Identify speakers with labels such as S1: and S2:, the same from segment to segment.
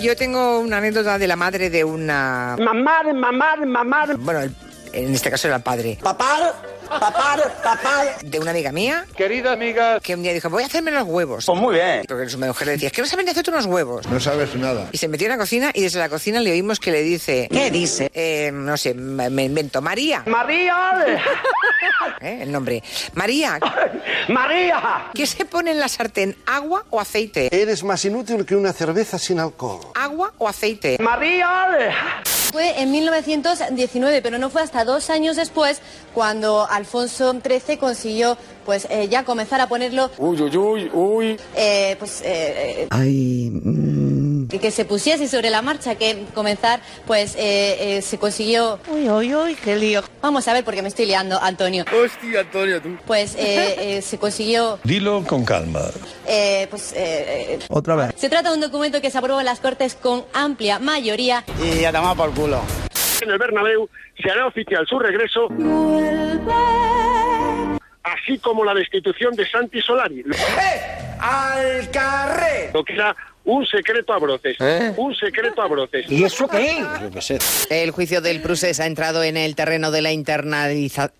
S1: yo tengo una anécdota de la madre de una...
S2: Mamar, mamar, mamar.
S1: Bueno, el- en este caso era el padre.
S3: Papar, papar, papar.
S1: De una amiga mía
S4: Querida amiga,
S1: que un día dijo, voy a hacerme los huevos.
S3: Pues muy bien.
S1: Porque su mujer le decía, es que no sabes ni hacerte unos huevos.
S5: No sabes nada.
S1: Y se metió en la cocina y desde la cocina le oímos que le dice...
S3: ¿Qué dice?
S1: eh, no sé, me me invento, María,
S2: María,
S1: ¿eh? el nombre. María,
S2: María.
S1: ¿qué se pone en la sartén? ¿Agua o aceite?
S6: Eres más inútil que una cerveza sin alcohol.
S1: ¿Agua o aceite?
S2: María,
S7: Fue en 1919, pero no fue hasta dos años después cuando Alfonso XIII consiguió pues eh, ya comenzar a ponerlo. Uy, uy, uy, uy. pues eh, eh,
S8: mm.
S7: que, que se pusiese sobre la marcha, que comenzar, pues eh, eh, se consiguió.
S9: Uy, uy, uy, qué lío.
S7: Vamos a ver porque me estoy liando, Antonio.
S5: Hostia, Antonio, tú.
S7: Pues eh, eh, se consiguió.
S10: Dilo con calma.
S7: eh, pues eh, eh,
S8: Otra vez.
S7: se trata de un documento que se aprobó en las Cortes con amplia mayoría
S3: Y ya tomado por culo.
S4: en el Bernabéu se hará oficial su regreso, así como la destitución de Santi Solari.
S3: ¡Eh! ¡Al carré!
S4: Lo que era un secreto a broces.
S8: ¿Eh?
S4: Un secreto a broces.
S3: ¿Y eso qué? Yo qué sé.
S9: El juicio del Prusés ha entrado en el terreno de la internalización.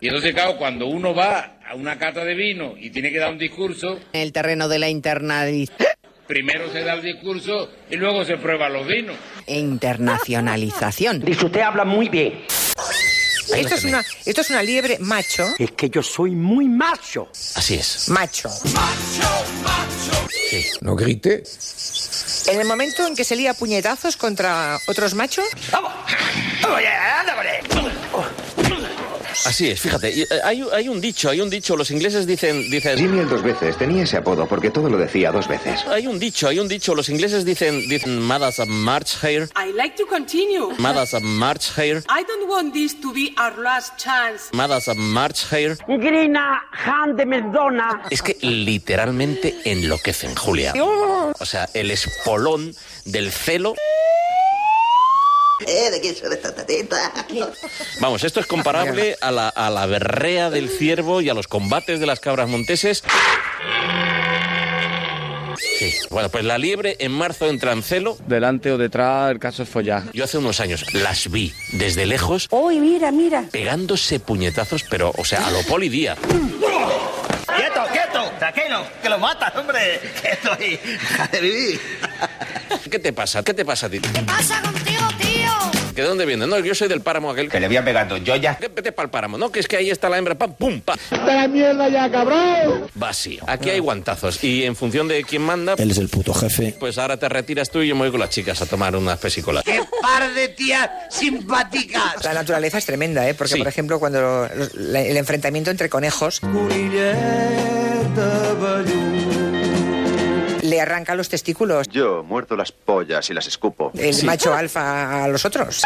S11: Y entonces, claro, cuando uno va a una cata de vino y tiene que dar un discurso,
S9: El terreno de la internaliz-
S11: primero se da el discurso y luego se prueba los vinos.
S9: internacionalización.
S2: Dice, usted habla muy bien.
S1: Esto es, una, esto es una liebre macho,
S2: Es que yo soy muy macho.
S8: Así es.
S1: macho.
S8: No grite.
S1: En el momento en que se lía a puñetazos contra otros machos,
S8: Así es, fíjate. y, eh, Hay, hay un dicho, hay un dicho. Los ingleses dicen, dicen.
S6: Jimmy el dos veces tenía ese apodo porque todo lo decía dos veces.
S8: Hay un dicho, hay un dicho. Los ingleses dicen, dicen. Madas a March Hare.
S9: I like to continue.
S8: Madas a March Hare.
S9: I don't want this to be our last chance.
S8: Madas a March Hare.
S2: Grina Han de Mendona.
S8: Es que literalmente enloquecen, Julia. O sea, el espolón del celo.
S3: ¿Eh? ¿De quién son estas tetitas?
S8: Vamos, esto es comparable a la, a la berrea del ciervo y a los combates de las cabras monteses. Sí. Bueno, pues la liebre en marzo entra en celo.
S6: Delante o detrás, el caso es follar.
S8: Yo hace unos años las vi desde lejos
S9: Uy, mira, mira.
S8: pegándose puñetazos, pero, o sea, a lo polidía.
S3: ¡Quieto, quieto! ¡Tranquilo! ¡Que lo matas, hombre! ¡Que estoy! ¡Joder, vivir!
S8: ¿Qué te pasa? ¿Qué te pasa a ti?
S7: ¿Qué pasa contigo, tío?
S8: ¿Que de dónde vienes? No, yo soy del páramo aquel.
S3: le voy a pegar dos joyas.
S8: ¿Qué vete pa'l páramo? No, que es que ahí está la hembra, pam, pum, pam. ¡Está la mierda ya, cabrón! Vacío. Aquí hay guantazos. Y en función de quién manda,
S6: Él es el puto jefe.
S8: pues ahora te retiras tú y yo me voy con las chicas a tomar unas pesicolas.
S3: ¡Qué par de tías simpáticas!
S1: la naturaleza es tremenda, ¿eh? Porque,
S8: Sí.
S1: por ejemplo, cuando lo- los- la- el enfrentamiento entre conejos le arranca los testículos
S6: Yo muerto las pollas y las escupo.
S1: el macho alfa a los otros.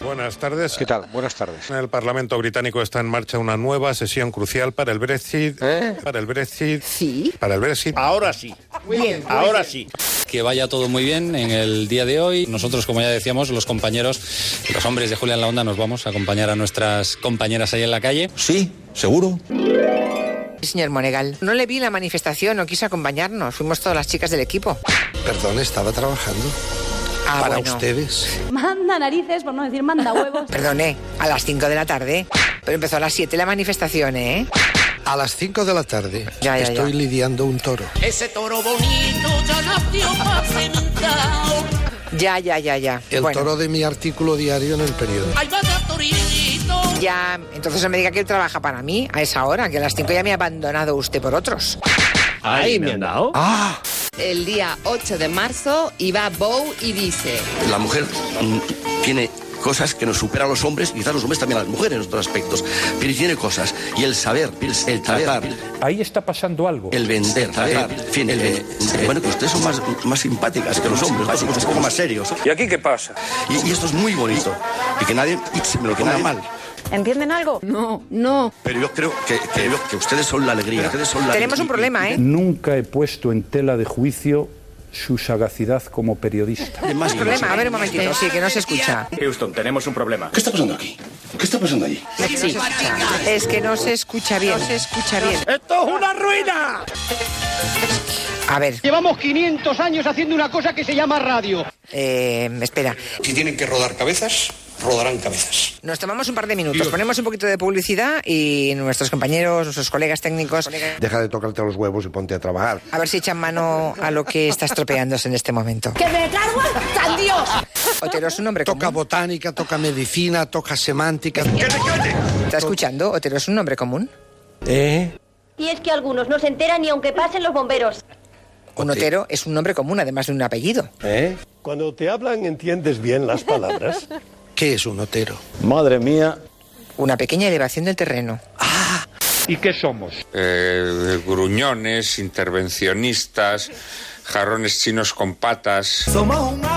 S10: Buenas tardes.
S4: ¿Qué tal? Buenas tardes.
S10: En el Parlamento británico está en marcha una nueva sesión crucial para el Brexit.
S6: ¿Eh?
S10: Para el Brexit.
S9: Sí.
S10: Para el Brexit.
S6: Ahora sí. Ahora sí.
S8: Que vaya todo muy bien en el día de hoy. Nosotros, como ya decíamos, los compañeros, los hombres de Julián La Onda, nos vamos a acompañar a nuestras compañeras ahí en la calle.
S6: Sí, seguro.
S1: Sí, Señor Monegal, no le vi en la manifestación, no quiso acompañarnos. Fuimos todas las chicas del equipo.
S6: Perdón, estaba trabajando.
S1: Ah,
S6: Para
S1: bueno.
S6: ustedes.
S7: Manda narices, por no decir manda huevos.
S1: Perdone, a las 5 de la tarde. Pero empezó a las 7 la manifestación, ¿eh?
S6: A las 5 de la tarde
S1: Ya, ya,
S6: estoy
S1: ya.
S6: lidiando un toro.
S9: Ese toro bonito ya nació para sementar.
S1: Ya, ya, ya, ya.
S6: El
S1: Bueno,
S6: toro de mi artículo diario en el periódico.
S9: Ahí va el torito.
S1: Ya, entonces no me diga que él trabaja para mí a esa hora, que a las 5 ya me ha abandonado usted por otros.
S8: Ahí me han dado.
S9: El día 8 de marzo y va Bow y dice...
S8: La mujer mm, tiene cosas que nos superan a los hombres, quizás los hombres también a las mujeres en otros aspectos, pero tiene cosas. Y el saber, el tratar,
S4: Ahí está pasando algo.
S8: el vender, en fin, eh, el bueno, que ustedes son más, más simpáticas que los hombres, más, un poco más serios.
S4: ¿Y aquí qué pasa?
S8: Y, y esto es muy bonito. Y que nadie se me lo ponga mal.
S9: ¿Entienden algo? No, no.
S8: Pero yo creo que, que- que ustedes son la alegría. ustedes son la
S1: Tenemos un
S8: alegría.
S1: problema, ¿eh?
S4: Nunca he puesto en tela de juicio su sagacidad como periodista.
S8: Además,
S1: Un problema, a ver un momentito, sí, que no se escucha.
S4: Houston, tenemos un problema.
S8: ¿Qué está pasando aquí? ¿Qué está pasando allí?
S1: Es que no se escucha. Es que no se escucha bien. No se escucha bien.
S3: ¡Esto es una ruina!
S1: A ver,
S12: Llevamos 500 años haciendo una cosa que se llama radio.
S1: eh, espera.
S8: Si tienen que rodar cabezas, rodarán cabezas.
S1: Nos tomamos un par de minutos, ponemos un poquito de publicidad y nuestros compañeros, nuestros colegas técnicos,
S13: Deja de tocarte los huevos y ponte a trabajar.
S1: a ver si echan mano a lo que está estropeándose en este momento.
S14: ¡Que me cargo al Dios!
S1: Otero es un hombre
S6: Toca botánica, toca medicina, toca semántica.
S1: ¿Está escuchando? Otero es un nombre común.
S9: Y es que algunos no se enteran ni aunque pasen los bomberos.
S1: Un Otero es un nombre común, además de un apellido.
S15: Cuando te hablan entiendes bien las palabras.
S6: ¿Qué es un Otero?
S1: Madre mía. Una pequeña elevación del terreno.
S11: ¿Y qué somos? gruñones, intervencionistas, jarrones chinos con patas.
S1: Somos
S11: una